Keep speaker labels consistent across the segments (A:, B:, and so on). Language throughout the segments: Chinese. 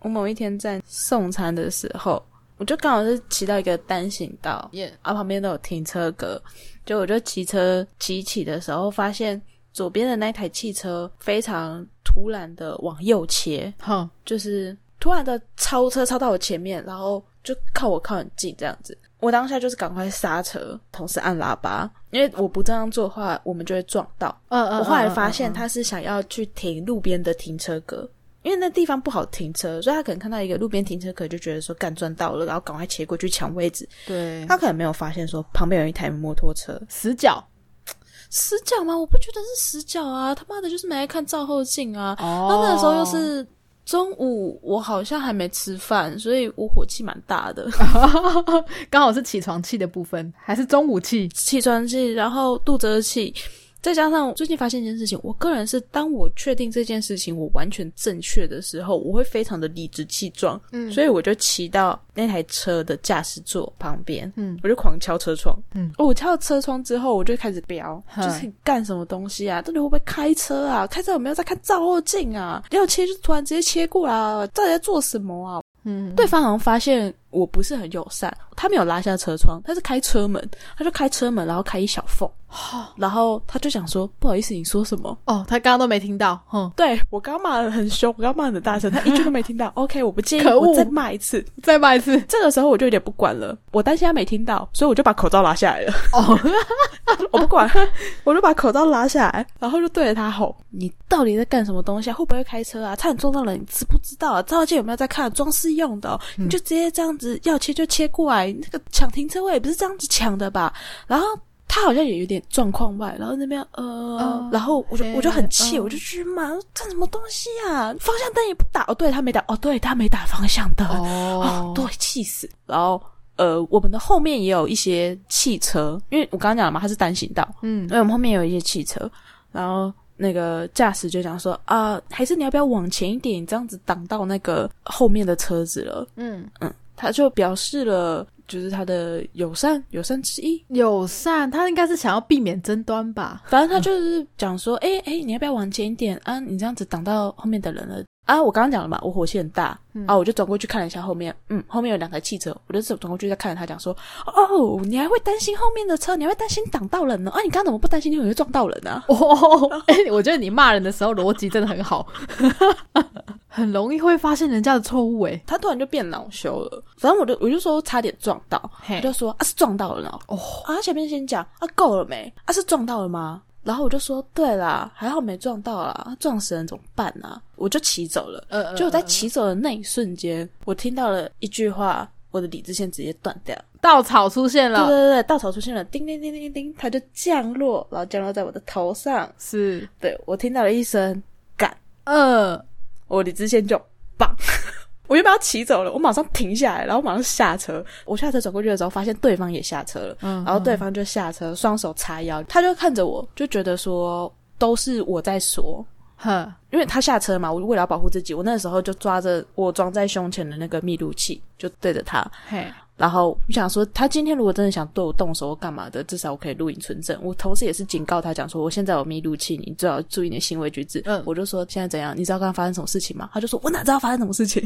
A: 我某一天在送餐的时候，我就刚好是骑到一个单行道，
B: 耶、
A: 啊，旁边都有停车格，就我就骑车骑起的时候，发现左边的那台汽车非常突然的往右切，
B: 好，
A: 就是突然的超车超到我前面，然后就靠我靠很近这样子。我当下就是赶快刹车，同时按喇叭，因为我不这样做的话，我们就会撞到。
B: 嗯嗯
A: 我后来发
B: 嗯
A: 现
B: 嗯嗯
A: 他是想要去停路边的停车格，因为那地方不好停车，所以他可能看到一个路边停车格就觉得说干赚到了，然后赶快切过去抢位置。
B: 对
A: 他可能没有发现说旁边有一台摩托车，
B: 死角
A: 死角吗？我不觉得是死角啊，他妈的就是没来看照后镜啊。
B: 哦
A: 那那个时候又 是中午，我好像还没吃饭，所以我火气蛮大的，
B: 刚好是起床气的部分，还是中午气？
A: 气喘气，然后肚子的气。再加上最近发现一件事情，我个人是当我确定这件事情我完全正确的时候，我会非常的理直气壮，
B: 嗯
A: 所以我就骑到那台车的驾驶座旁边，
B: 嗯，
A: 我就狂敲车窗，
B: 嗯
A: 哦，我敲了车窗之后，我就开始飙，
B: 嗨
A: 就是你干什么东西啊？到底会不会开车啊？开车有没有在看照后镜啊？要切就突然直接切过来啊，到底在做什么啊？
B: 嗯，
A: 对方好像发现我不是很友善，他没有拉下车窗，他是开车门，他就开车门，然后开一小缝，然后他就想说不好意思，你说什么？
B: 哦，他刚刚都没听到，哼，
A: 对我刚骂的很凶，我刚骂得很大声，他一句都没听 到。OK，我不介意，
B: 可恶
A: 我再骂一次。
B: 再骂一次。
A: 这个时候我就有点不管了，我担心他没听到，所以我就把口罩拿下来了。
B: 哦，
A: 我不管，我就把口罩拉下来，然后就对着他吼：“你到底在干什么东西啊？会不会开车啊？差点撞到人，你知不知道啊？照镜有没有在看？装饰用的哦、你就直接这样子要切就切过来，那个抢停车位也不是这样子抢的吧？”然后。他好像也有点状况外，然后那边呃，
B: 哦
A: 然后我就
B: 对
A: 我就很气，
B: 嗯
A: 我就去骂，干什么东西啊？方向灯也不打哦，对他没打哦，对他没打方向灯，
B: 哦
A: 哦，对，气死。然后呃，我们的后面也有一些汽车，因为我刚刚讲了嘛，它是单行道，
B: 嗯
A: 因，为我们后面有一些汽车，然后。那个驾驶就讲说啊、还是你要不要往前一点，你这样子挡到那个后面的车子了。
B: 嗯，
A: 他就表示了，就是他的友善友善之意。
B: 友善，他应该是想要避免争端吧？
A: 反正他就是讲说，哎、哎、你要不要往前一点啊？你这样子挡到后面的人了啊！我刚刚讲了嘛，我火气很大、啊，我就转过去看了一下后面，嗯，后面有两台汽车，我就转转过去再看着他讲说，哦，你还会担心后面的车，你还会担心挡到人呢？啊，你刚刚怎么不担心你会撞到人呢、啊？
B: 哦， 哎、我觉得你骂人的时候逻辑真的很好， 很容易会发现人家的错误、哎，
A: 他突然就变恼羞了，反正我就我就说差点撞到，
B: 嘿
A: 我就说啊是撞到了哦，啊他前面先讲啊够了没？啊是撞到了吗？然后我就说对啦，还好没撞到啦，啊撞死人怎么办啊？我就骑走了。
B: 呃，
A: 就我在骑走的那一瞬间，我听到了一句话，我的理智线直接断掉。
B: 稻草出现
A: 对对
B: 了，
A: 对，对稻草出现了，叮叮叮叮叮，它就降落，然后降落在我的头上。
B: 是，
A: 对我听到了一声干，
B: 呃，
A: 我理智线就棒。 我原本要骑走了，我马上停下来，然后马上下车。我下车走过去的时候，发现对方也下车了，
B: 嗯
A: 然后对方就下车，双手叉腰，他就看着我，就觉得说都是我在说，
B: 哼，
A: 因为他下车嘛，我为了要保护自己，我那时候就抓着我装在胸前的那个密录器，就对着他，
B: 嘿，
A: 然后我想说，他今天如果真的想对我动手或干嘛的，至少我可以录影存证。我同时也是警告他讲说，我现在有密录器，你最好注意你的行为举止。
B: 嗯
A: 我就说现在怎样？你知道刚刚发生什么事情吗？他就说，我哪知道发生什么事情，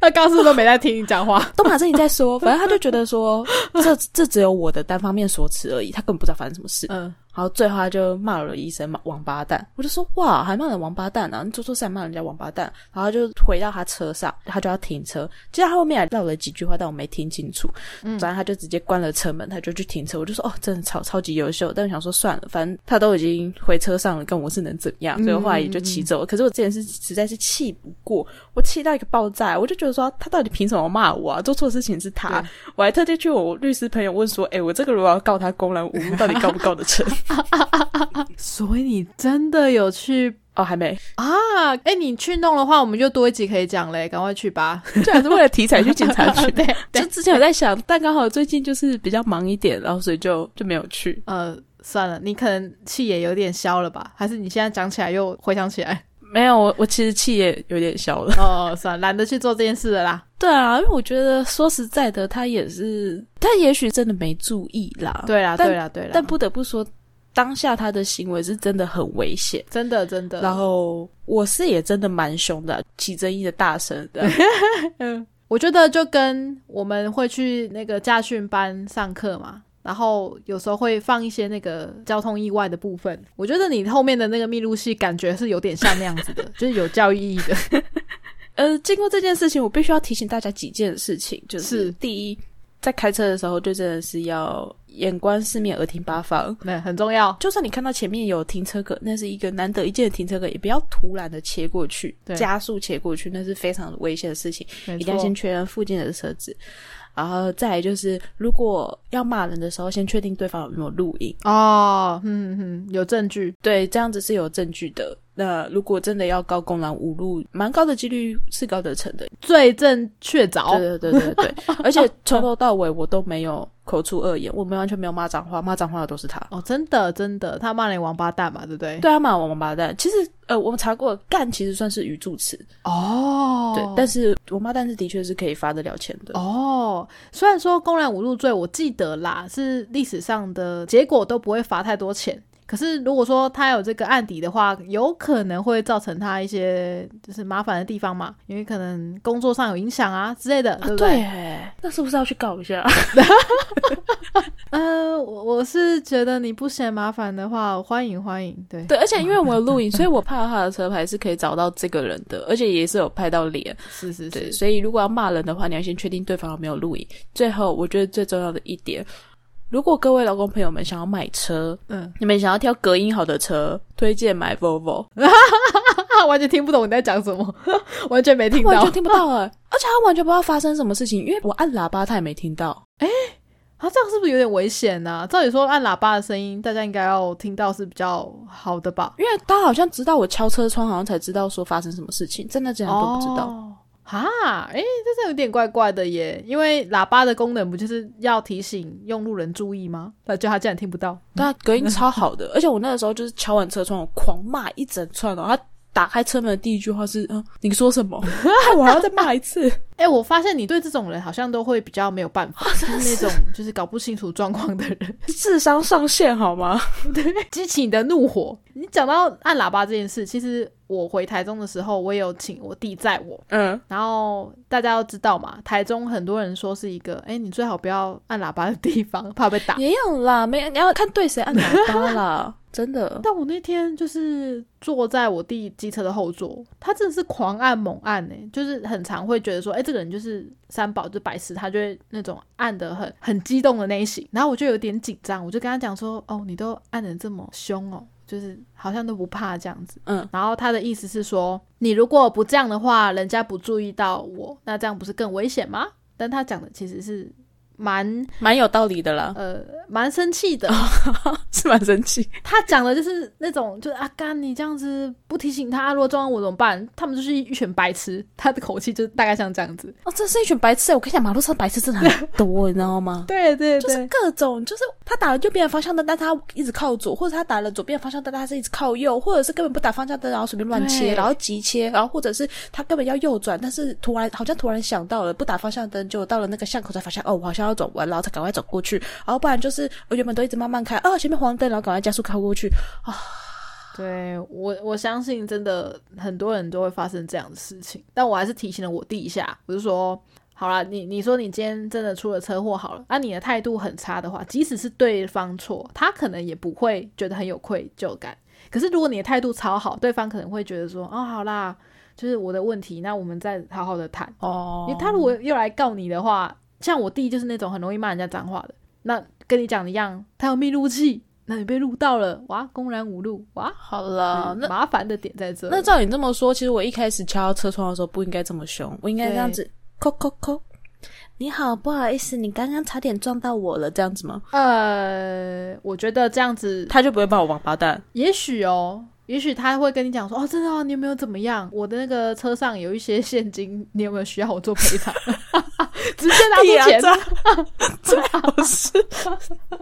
B: 他刚刚是不是都没在听你讲话？
A: 都马正你在说。反正他就觉得说，这这只有我的单方面所持而已，他根本不知道发生什么事。
B: 嗯，
A: 然后最后他就骂了医生嘛，王八蛋。我就说哇，还骂人王八蛋啊！你做错事还骂人家王八蛋。啊然后他就回到他车上，他就要停车。其实他后面还唠了几句话，但我没听清楚。嗯，反正他就直接关了车门，他就去停车。我就说哦，真的超超级优秀。但我想说算了，反正他都已经回车上了，跟我是能怎样？所以我后来也就骑走了。可是我之前是实在是气不过，我气到一个爆炸，我就觉得说他到底凭什么骂我啊？做错事情是他
B: 对，
A: 我还特地去我律师朋友问说，诶、哎我这个如果要告他公然侮辱，到底告不告得成？
B: 所以你真的有去
A: 哦，还没，
B: 啊？哎、你去弄的话，我们就多一集可以讲嘞，赶快去吧。
A: 这啊还是为了题材去警察 局。
B: 对
A: 就
B: 对，
A: 之前有在想，但刚好最近就是比较忙一点，然后所以就就没有去。
B: 呃，算了，你可能气也有点消了吧？还是你现在讲起来又回想起 来？
A: 没有，我我其实气也有点消了。
B: 哦，算了，懒得去做这件事了啦。
A: 对啊，因为我觉得说实在的，他也是，他也许真的没注意啦。
B: 对啦，
A: 哦但
B: 对啦，对啦。
A: 但不得不说，当下他的行为是真的很危险。
B: 真的真的。
A: 然后我是也真的蛮凶的，啊起争议的大神的，啊
B: 嗯，我觉得就跟我们会去那个驾训班上课嘛，然后有时候会放一些那个交通意外的部分。我觉得你后面的那个密录系感觉是有点像那样 子的，就是有教育意义的。
A: 呃，经过这件事情，我必须要提醒大家几件事情，就是
B: 是
A: 第一，在开车的时候就真的是要眼观四面，耳听八方。
B: 那很重要。
A: 就算你看到前面有停车格，那是一个难得一见的停车格，也不要突然的切过去，
B: 对
A: 加速切过去，那是非常危险的事情。
B: 没
A: 一定要
B: 错
A: 先确认附近的车子，然后再来就是，如果要骂人的时候，先确定对方有没有录音，
B: 哦，嗯嗯，有证据。
A: 对，这样子是有证据的。那如果真的要告公然侮辱，蛮高的几率是告得成的。
B: 罪证确凿。
A: 对对对对 对，而且从头到尾我都没有口出恶言，我们完全没有骂脏话，骂脏话的都是他。
B: 哦，真的真的，他骂你王八蛋嘛，对不对？
A: 对啊他骂我王八蛋，其实呃，我们查过“干”其实算是语助词，
B: 哦，
A: 对，但是王八蛋是的确是可以罚得了钱的。
B: 哦，虽然说公然侮辱罪，我记得啦，是历史上的结果都不会罚太多钱。可是如果说他有这个案底的话，有可能会造成他一些就是麻烦的地方嘛，因为可能工作上有影响啊之类的，对不对？
A: 对耶，那是不是要去告一 下？
B: 呃，我我是觉得你不嫌麻烦的话，欢迎欢迎，对。
A: 对，而且因为我有录影，所以我怕他的车牌是可以找到这个人的，而且也是有拍到 脸。
B: 是是
A: 对，
B: 是，
A: 所以如果要骂人的话，你要先确定对方有没有录影。最后，我觉得最重要的一点，如果各位老公朋友们想要买车，
B: 嗯，
A: 你们想要挑隔音好的车，推荐买 Volvo，
B: 啊， 完全听不懂你在讲什么， 完全没听
A: 完
B: 到
A: 全。听不到哎、 而且他完全不知道发生什么事情，因为我按喇叭他也没听到。
B: 啊，这样是不是有点危险呢、照理说，按喇叭的声音，大家应该要听到是比较好的吧？
A: 因为他好像直到我敲车窗，好像才知道说发生什么事情，真的这样都不知道。
B: 哦哈，哎、这是有点怪怪的耶，因为喇叭的功能不就是要提醒用路人注意吗？那就他竟然听不到，
A: 但他隔音超好 的，而且我那个时候就是敲完车窗，我狂骂一整串哦。他打开车门的第一句话是：“嗯，你说 什么？”害我还要再骂一 次。
B: 哎、我发现你对这种人好像都会比较没有办 法，就是那种就是搞不清楚状况的人，
A: 智商上线好吗？
B: 激起你的怒火。你讲到按喇叭这件事，其实我回台中的时候，我也有请我弟载我，
A: 嗯，
B: 然后大家都知道嘛，台中很多人说是一个，哎，你最好不要按喇叭的地方，怕被打。
A: 也有啦，没你要看对谁按喇叭 啦，真的。
B: 但我那天就是坐在我弟机车的后座，他真的是狂按猛按呢、就是很常会觉得说，哎、这个人就是三宝，就是白痴，他就会那种按的很很激动的那一型。然后我就有点紧张，我就跟他讲说，哦，你都按的这么凶哦，就是好像都不怕这样子。
A: 嗯，
B: 然后他的意思是说，你如果不这样的话，人家不注意到我，那这样不是更危险吗？但他讲的其实是蛮
A: 蛮有道理的啦，
B: 呃蛮生气的，
A: 是蛮生气。
B: 他讲的就是那种就是啊干你这样子不提醒他，如果撞到我怎么办？他们就是一群白痴，他的口气就是大概像这样子。
A: 哦，这是一群白痴！我跟你讲，马路上白痴真的很 多，你知道吗？
B: 对对
A: 就是各种，就是他打了右边的方向灯，但他一直靠左，或者他打了左边的方向灯，但他是一直靠右，或者是根本不打方向灯，然后随便乱切，
B: 对
A: 然后急切，然后或者是他根本要右转，但是突然好像突然想到了不打方向灯，就到了那个巷口才发现哦，我好像要转弯，然后才赶快转过去，然后不然就是我原本都一直慢慢开，哦，前面黄灯，然后赶快加速开过去，
B: 对我我相信真的很多人都会发生这样的事情，但我还是提醒了我弟一下，我就说。好啦，你你说你今天真的出了车祸好了，啊，你的态度很差的话，即使是对方错，他可能也不会觉得很有愧疚感。可是如果你的态度超好，对方可能会觉得说，哦，好啦，就是我的问题，那我们再好好的谈。
A: 哦
B: 因为他如果又来告你的话，像我弟就是那种很容易骂人家脏话的。那跟你讲的一样，他有密录器，那你被录到了，哇，公然侮辱，哇，
A: 好了，
B: 嗯
A: 呃那。
B: 麻烦的点在这。
A: 那照你这么说，其实我一开始敲到车窗的时候不应该这么凶，我应该这样
B: 对
A: 子，扣扣扣。你好，不好意思，你刚刚差点撞到我了，这样子吗？
B: 呃，我觉得这样子，
A: 他就不会骂我王八蛋。
B: 也许哦，也许他会跟你讲说，哦，真的、哦，你有没有怎么样？我的那个车上有一些现金，你有没有需要我做赔偿？ 直接 拿
A: 屁
B: 出
A: 啊
B: 钱，
A: 最好 是。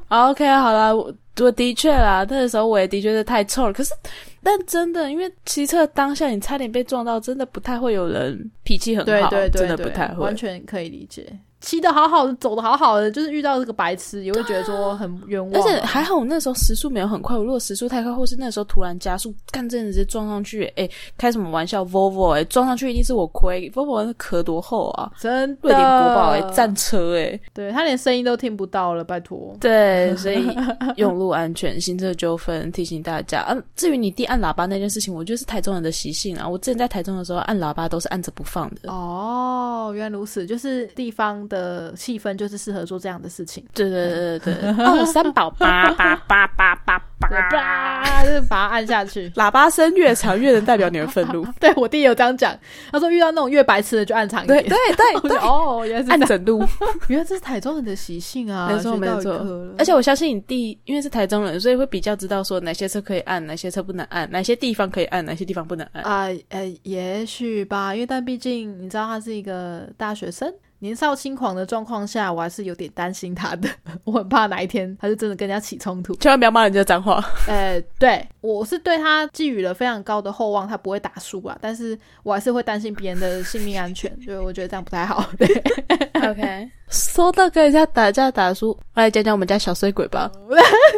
A: 好 OK，好啦，我我的确啦，那个时候我也的确是太臭了。可是，但真的，因为骑车当下你差点被撞到，真的不太会有人脾气很
B: 对
A: 好，
B: 对对
A: 真的
B: 对
A: 不太
B: 完
A: 会。
B: 全可以理解。骑的好好的，走的好好的，就是遇到这个白痴，也会觉得说很冤枉啊。
A: 而且还好，我那时候时速没有很快。我如果时速太快，或是那时候突然加速，干这直接撞上去、哎、开什么玩笑？Volvo 哎、撞上去一定是我亏。Volvo 那壳多厚啊？
B: 真的，
A: 瑞典国宝
B: 欸
A: 哎、战车哎、
B: 对他连声音都听不到了，拜托。
A: 对，所以用路安全、行车纠纷，提醒大家。啊，至于你弟按喇叭那件事情，我觉得是台中人的习性啊。我之前在台中的时候，按喇叭都是按着不放的。
B: 哦，原来如此，就是地方的气氛就是适合做这样的事情。
A: 对对对对对， 哦，三宝叭叭叭叭叭叭，
B: 叭，就是把它按下去。
A: 喇叭声越长越能代表你的愤怒。
B: 对我弟也有这样讲，他说遇到那种越白痴的就按长一
A: 对
B: 点。
A: 对
B: 我
A: 对
B: 就
A: 对，
B: 哦，原来是这
A: 按
B: 样，
A: 整路。
B: 原来这是台中人的习性啊，
A: 没错
B: 学到
A: 没错
B: 一课了
A: 而且我相信你弟，因为是台中人，所以会比较知道说哪些车可以按，哪些车不能按，哪些地方可以按，哪些地方不能按。
B: 啊、呃，也许吧，因为但毕竟你知道他是一个大学生，年少轻狂的状况下，我还是有点担心他的， 我很怕哪一天他就真的跟人家起冲突。
A: 千万不要骂人家脏话。
B: 呃，对我是对他寄予了非常高的厚望，他不会打输啊，但是我还是会担心别人的性命安全，所以我觉得这样不太好。 对，
A: OK，说 到跟人家打架打输，我来讲讲我们家小衰鬼吧。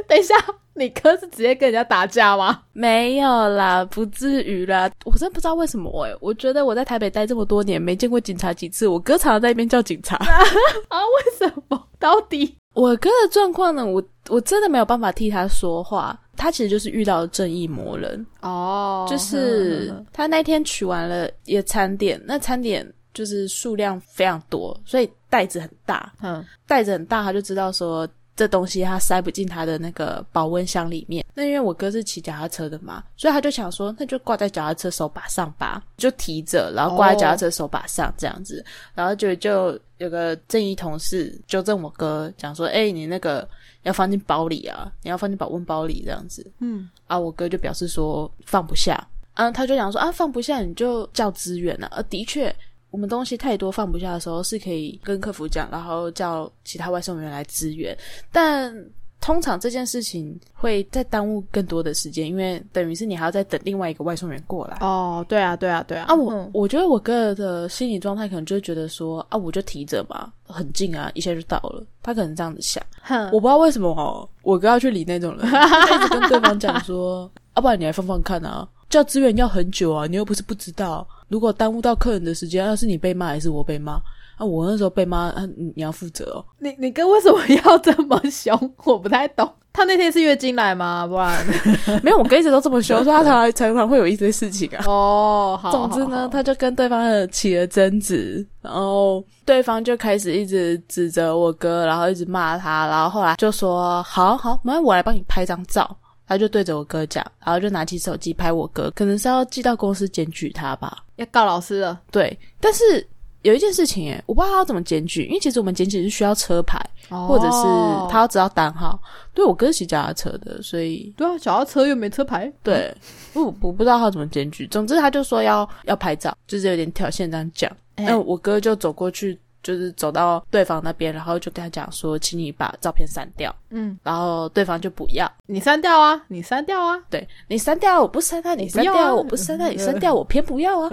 B: 等一下，你哥是直接跟人家打架吗？
A: 没有啦，不至于啦。我真不知道为什么诶、我觉得我在台北待这么多年，没见过警察几次。我哥常常在那边叫警察。
B: 为什么？到底？
A: 我哥的状况呢，我我真的没有办法替他说话。他其实就是遇到了正义魔人，
B: 哦
A: 就是他那天取完了一个餐点，那餐点就是数量非常多，所以袋子很大，
B: 嗯，
A: 袋子很大，他就知道说这东西他塞不进他的那个保温箱里面。那因为我哥是骑脚踏车的嘛，所以他就想说，那就挂在脚踏车手把上吧，就提着，然后挂在脚踏车手把上这样子。然后就就有个正义同事纠正我哥，讲说，哎、你那个要放进包里啊，你要放进保温包里这样子。
B: 嗯，
A: 啊，我哥就表示说放不下，啊，他就讲说啊，放不下你就叫支援啊。呃，的确，我们东西太多放不下的时候是可以跟客服讲，然后叫其他外送员来支援，但。通常这件事情会再耽误更多的时间，因为等于是你还要再等另外一个外送员过来。
B: 哦，对啊，对啊，对啊。
A: 啊，我、
B: 嗯
A: 我觉得我哥的心理状态可能就会觉得说啊，我就提着嘛，很近啊，一下就到了。他可能这样子想，
B: 哼
A: 我不知道为什么哦，我哥要去理那种 人，他一直跟对方讲说， 要、不然你来放放看啊，叫资源要很久啊，你又不是不知道，如果耽误到客人的时间，要是你被骂还是我被骂，啊，我那时候被骂，啊、你你要负责哦。
B: 你你哥为什么要这么凶？ 我不太懂。他那天是月经来吗？不 然
A: 没有，我哥一直都这么 凶，说他常常常常会有一堆事情啊。
B: 哦，哦好。
A: 总之
B: 好
A: 呢，，他就跟对方的起了争执，然后对方就开始一直指责我哥，然后一直骂他，然后后来就说：“好好，妈，我来帮你拍张照。”他就对着我哥讲，然后就拿起手机拍我哥，可能是要寄到公司检举他吧。
B: 要告老师了。
A: 对，但是有一件事情，诶，我不知道他要怎么检举，因为其实我们检举是需要车牌，或者
B: 哦
A: 是他要知道单号。对我哥是骑脚踏车的，所以
B: 对啊，脚踏车又没车牌。
A: 对，不，我不知道他怎么检举。总之，他就说要要拍照，就是有点挑衅这样讲。
B: 哎
A: 那、我哥就走过去，就是走到对方那边，然后就跟他讲说，请你把照片删掉。
B: 嗯，
A: 然后对方就不要，
B: 你删掉啊，你删掉啊。
A: 对你删掉，我不删他，你删掉，
B: 不要啊
A: 我不删他，你删掉，我偏不要啊。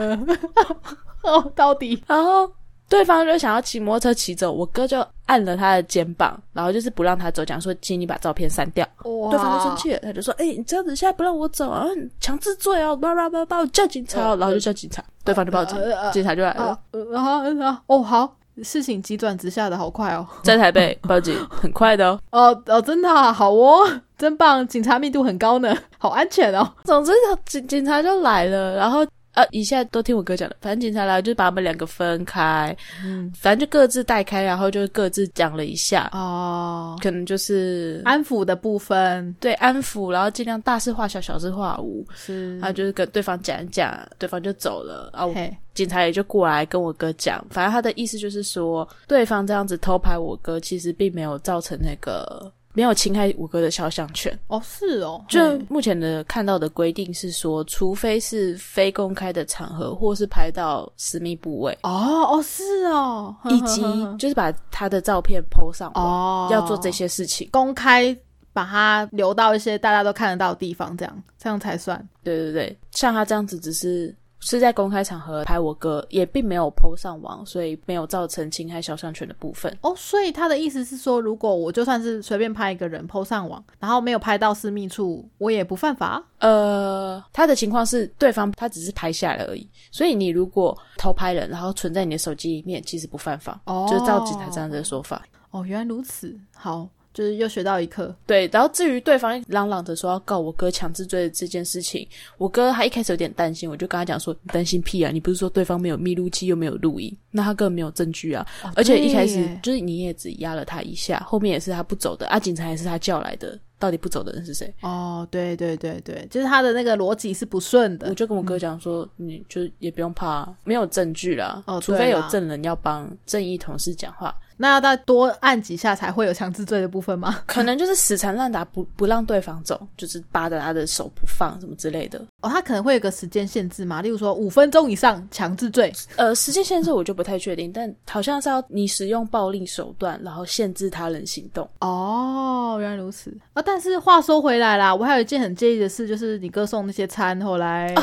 B: 哦，到底
A: 然后对方就想要骑摩托车骑走，我哥就按了他的肩膀，然后就是不让他走，讲说，请你把照片删掉。
B: 哇
A: 对方就生气了，他就说：“哎、你这样子现在不让我走啊，你强制罪哦，叭叭叭叭，我叫警察哦、
B: 呃
A: 然后就叫警察，对方就报警，
B: 呃呃呃
A: 警察就来了，
B: 啊！呃啊啊！哦，好，事情急转直下的好快哦。
A: 在台北报警，很快的哦。
B: 哦哦，真的啊好哦，真棒，警察密度很高呢，好安全哦。
A: 总之，警警察就来了，然后呃，以下都听我哥讲的，反正警察来了就把他们两个分开，
B: 嗯，
A: 反正就各自带开，然后就各自讲了一下，
B: 哦，
A: 可能就是。”
B: 安抚的部分
A: 对，安抚，然后尽量大事化小，小事化无。
B: 是
A: 然后就是跟对方讲一讲，对方就走了。啊，我
B: 嘿，
A: 警察也就过来跟我哥讲，反正他的意思就是说，对方这样子偷拍我哥，其实并没有造成那个没有侵害我哥的肖像权。
B: 哦是哦，
A: 就
B: 嘿
A: 目前的看到的规定是说，除非是非公开的场合，或是拍到私密部位，
B: 哦哦是哦， 呵
A: 以
B: 呵
A: 及
B: 呵呵
A: 就是把他的照片 PO 上网，
B: 哦
A: 要做这些事情。
B: 公开把它留到一些大家都看得到的地方，这样这样才算
A: 对对对，像他这样子只是。是在公开场合拍我哥，也并没有 PO 上网，所以没有造成侵害肖像权的部分。
B: 哦，所以他的意思是说，如果我就算是随便拍一个人 PO 上网，然后没有拍到私密处，我也不犯法。
A: 呃，他的情况是对方他只是拍下来而已，所以你如果偷拍人，然后存在你的手机里面，其实不犯法，
B: 哦
A: 就是照警察这样的说法。
B: 哦，原来如此，好，就是又学到一课。
A: 对，然后至于对方嚷嚷着说要告我哥强制罪这件事情，我哥他一开始有点担心，我就跟他讲说：“你担心屁啊！你不是说对方没有密录器又没有录音，那他根本没有证据啊！
B: 哦
A: 而且一开
B: 对
A: 始
B: 耶
A: 就是你也只压了他一下，后面也是他不走的啊，警察也是他叫来的，到底不走的人是谁？
B: 哦，对对对对，就是他的那个逻辑是不顺
A: 我
B: 的。
A: 就跟我哥讲说，你就也不用怕、啊，没有证据啦，
B: 哦
A: 除非
B: 对
A: 有
B: 啦
A: 证人要帮正义同事讲话，
B: 那要再多按几下才会有强制罪的部分吗？
A: 可能就是死缠烂打不不让对方走，就是扒着他的手不放什么之类的。
B: 哦，他可能会有个时间限制嘛，例如说五分钟以上强制罪。
A: 呃，时间限制我就不太确定，但好像是要你使用暴力手段，然后限制他人行动。
B: 哦，原来如此啊！但是话说回来啦，我还有一件很介意的事，就是你哥送那些餐，后来、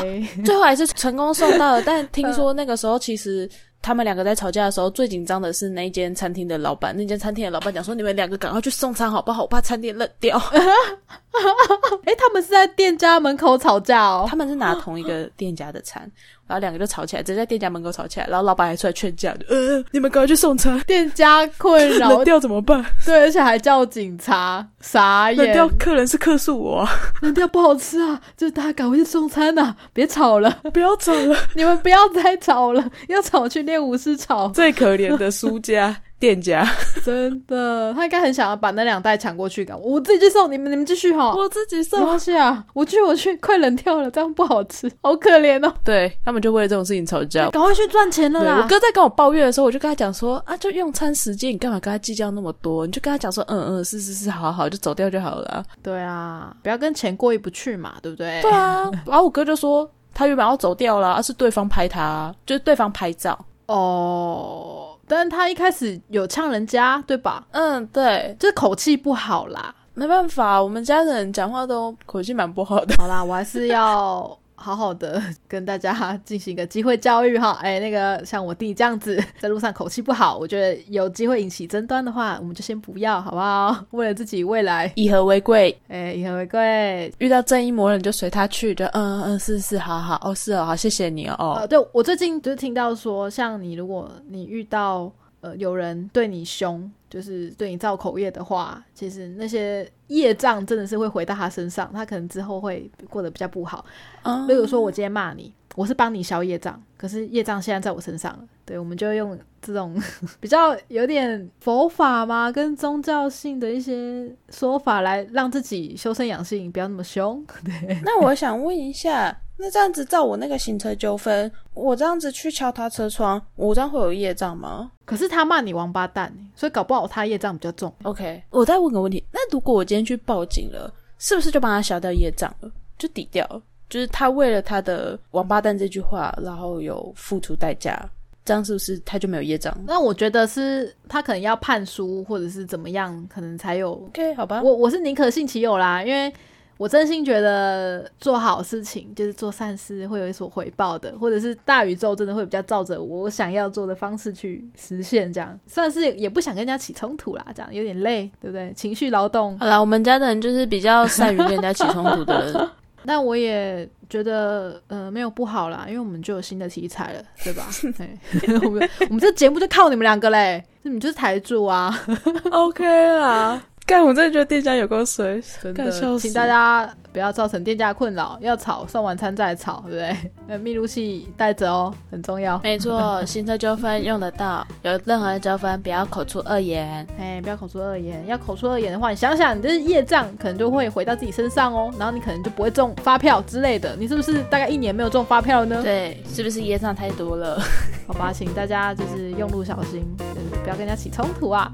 A: 最后还是成功送到了，但听说那个时候其实。他们两个在吵架的时候，最紧张的是那一间餐厅的老板。那间餐厅的老板讲说：“你们两个赶快去送餐好不好？我怕餐厅冷掉。
B: 哎、 他们是在店家门口吵架哦。
A: 他们是拿同一个店家的餐，然后两个就吵起来，直接在店家门口吵起来。然后老板还出来劝架，就呃，你们赶快去送餐，
B: 店家困扰
A: 冷，掉怎么办？
B: 对，而且还叫警察，傻
A: 冷
B: 眼
A: 掉，客人是客诉我、啊，
B: 冷掉不好吃啊！就大家赶快去送餐呐、别吵了，
A: 不要走了。，
B: 你们不要再吵了，要吵去练武士吵
A: 最可怜的输家店家，
B: 真的，他应该很想要把那两袋抢过去，搞我自己去送你们，你们继续哈，
A: 我自己
B: 没
A: 送。
B: 关系啊，我去我去，快冷掉了，这样不好吃，好可怜哦。
A: 对他们就为了这种事情吵架。
B: 赶快去赚钱了
A: 对
B: 啦！
A: 我哥在跟我抱怨的时候，我就跟他讲说啊，就用餐时间，你干嘛跟他计较那么多？你就跟他讲说，嗯嗯，是是是，好好，就走掉就好了啊、
B: 对啊，不要跟钱过意不去嘛，对不对？
A: 对啊，然后我哥就说他原本要走掉了啊，是对方拍他啊，就是对方拍照。
B: 哦，但是他一开始有呛人家，对吧？
A: 嗯，对，
B: 就是口气不好啦。
A: 没办法，我们家人讲话都口气蛮不好的。
B: 好啦，我还是要好好的跟大家进行一个机会教育哈。哎，那个像我弟这样子， 在路上口气不好，我觉得有机会引起争端的话，我们就先不要，好不好？ 为了自己未来，
A: 以和为贵，
B: 哎，以和为贵。
A: 遇到正义魔人就随他去，就嗯嗯是是，好好哦是哦，好谢谢你哦
B: 呃，
A: 哦。
B: 对我最近就是听到说，像你如果你遇到呃有人对你凶，就是对你造口业的话，其实那些业障真的是会回到他身上，他可能之后会过得比较不好。
A: 嗯
B: 例如说，我今天骂你，我是帮你消业障，可是业障现在在我身上了。对，我们就用这种 比较有点佛法嘛，跟宗教性的一些说法来让自己修身养性，不要那么凶。对，
A: 那我想问一下，那这样子照我那个行车纠纷，我这样子去敲他车窗，我这样会有业障吗
B: 可是他骂你王八蛋，所以搞不好他业障比较重。
A: ？OK，我再问个问题，那如果我今天去报警了，是不是就帮他消掉业障了，就抵掉了？就是他为了他的“王八蛋”这句话，然后有付出代价，这样是不是他就没有业障
B: 那我觉得是他可能要判书，或者是怎么样，可能才有。
A: ？OK，好吧，
B: 我我是宁可信其有啦，因为我真心觉得做好事情就是做善事会有所回报的，或者是大宇宙真的会比较照着我想要做的方式去实现，这样算是也不想跟人家起冲突啦，这样有点累，对不对？情绪劳动。
A: 好啦，我们家的人就是比较善于跟人家起冲突的人。
B: 但我也觉得，呃，没有不好啦，因为我们就有新的题材了，对吧？ 对我们我们这节目就靠你们两个嘞，你们就是台柱啊。
A: OK 啦， 干，我真的觉得店家有够水，
B: 真
A: 干笑
B: 的，
A: 死
B: 请大家不要造成店家困扰，要吵送晚餐再吵，对不对？ 呃，密录器带着哦，很重要。
A: 没错，行车纠纷用得到，有任何纠纷不要口出恶言。
B: 哎，不要口出恶言，要口出恶言的话，你想想，你这是业障可能就会回到自己身上哦，然后你可能就不会中发票之类的，你是不是大概一年没有中发票了呢？
A: 对，是不是业障太多了？
B: 好吧，请大家就是用路小心，就是不要跟人家起冲突啊。